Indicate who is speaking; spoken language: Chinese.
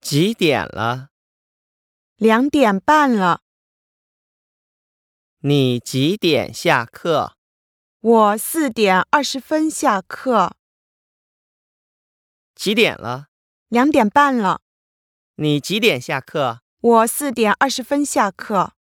Speaker 1: 几点了？
Speaker 2: 两点半了，
Speaker 1: 你几点下课？
Speaker 2: 我四点二十分下课，
Speaker 1: 几点了？
Speaker 2: 两点半了，
Speaker 1: 你几点下课？
Speaker 2: 我四点二十分下课。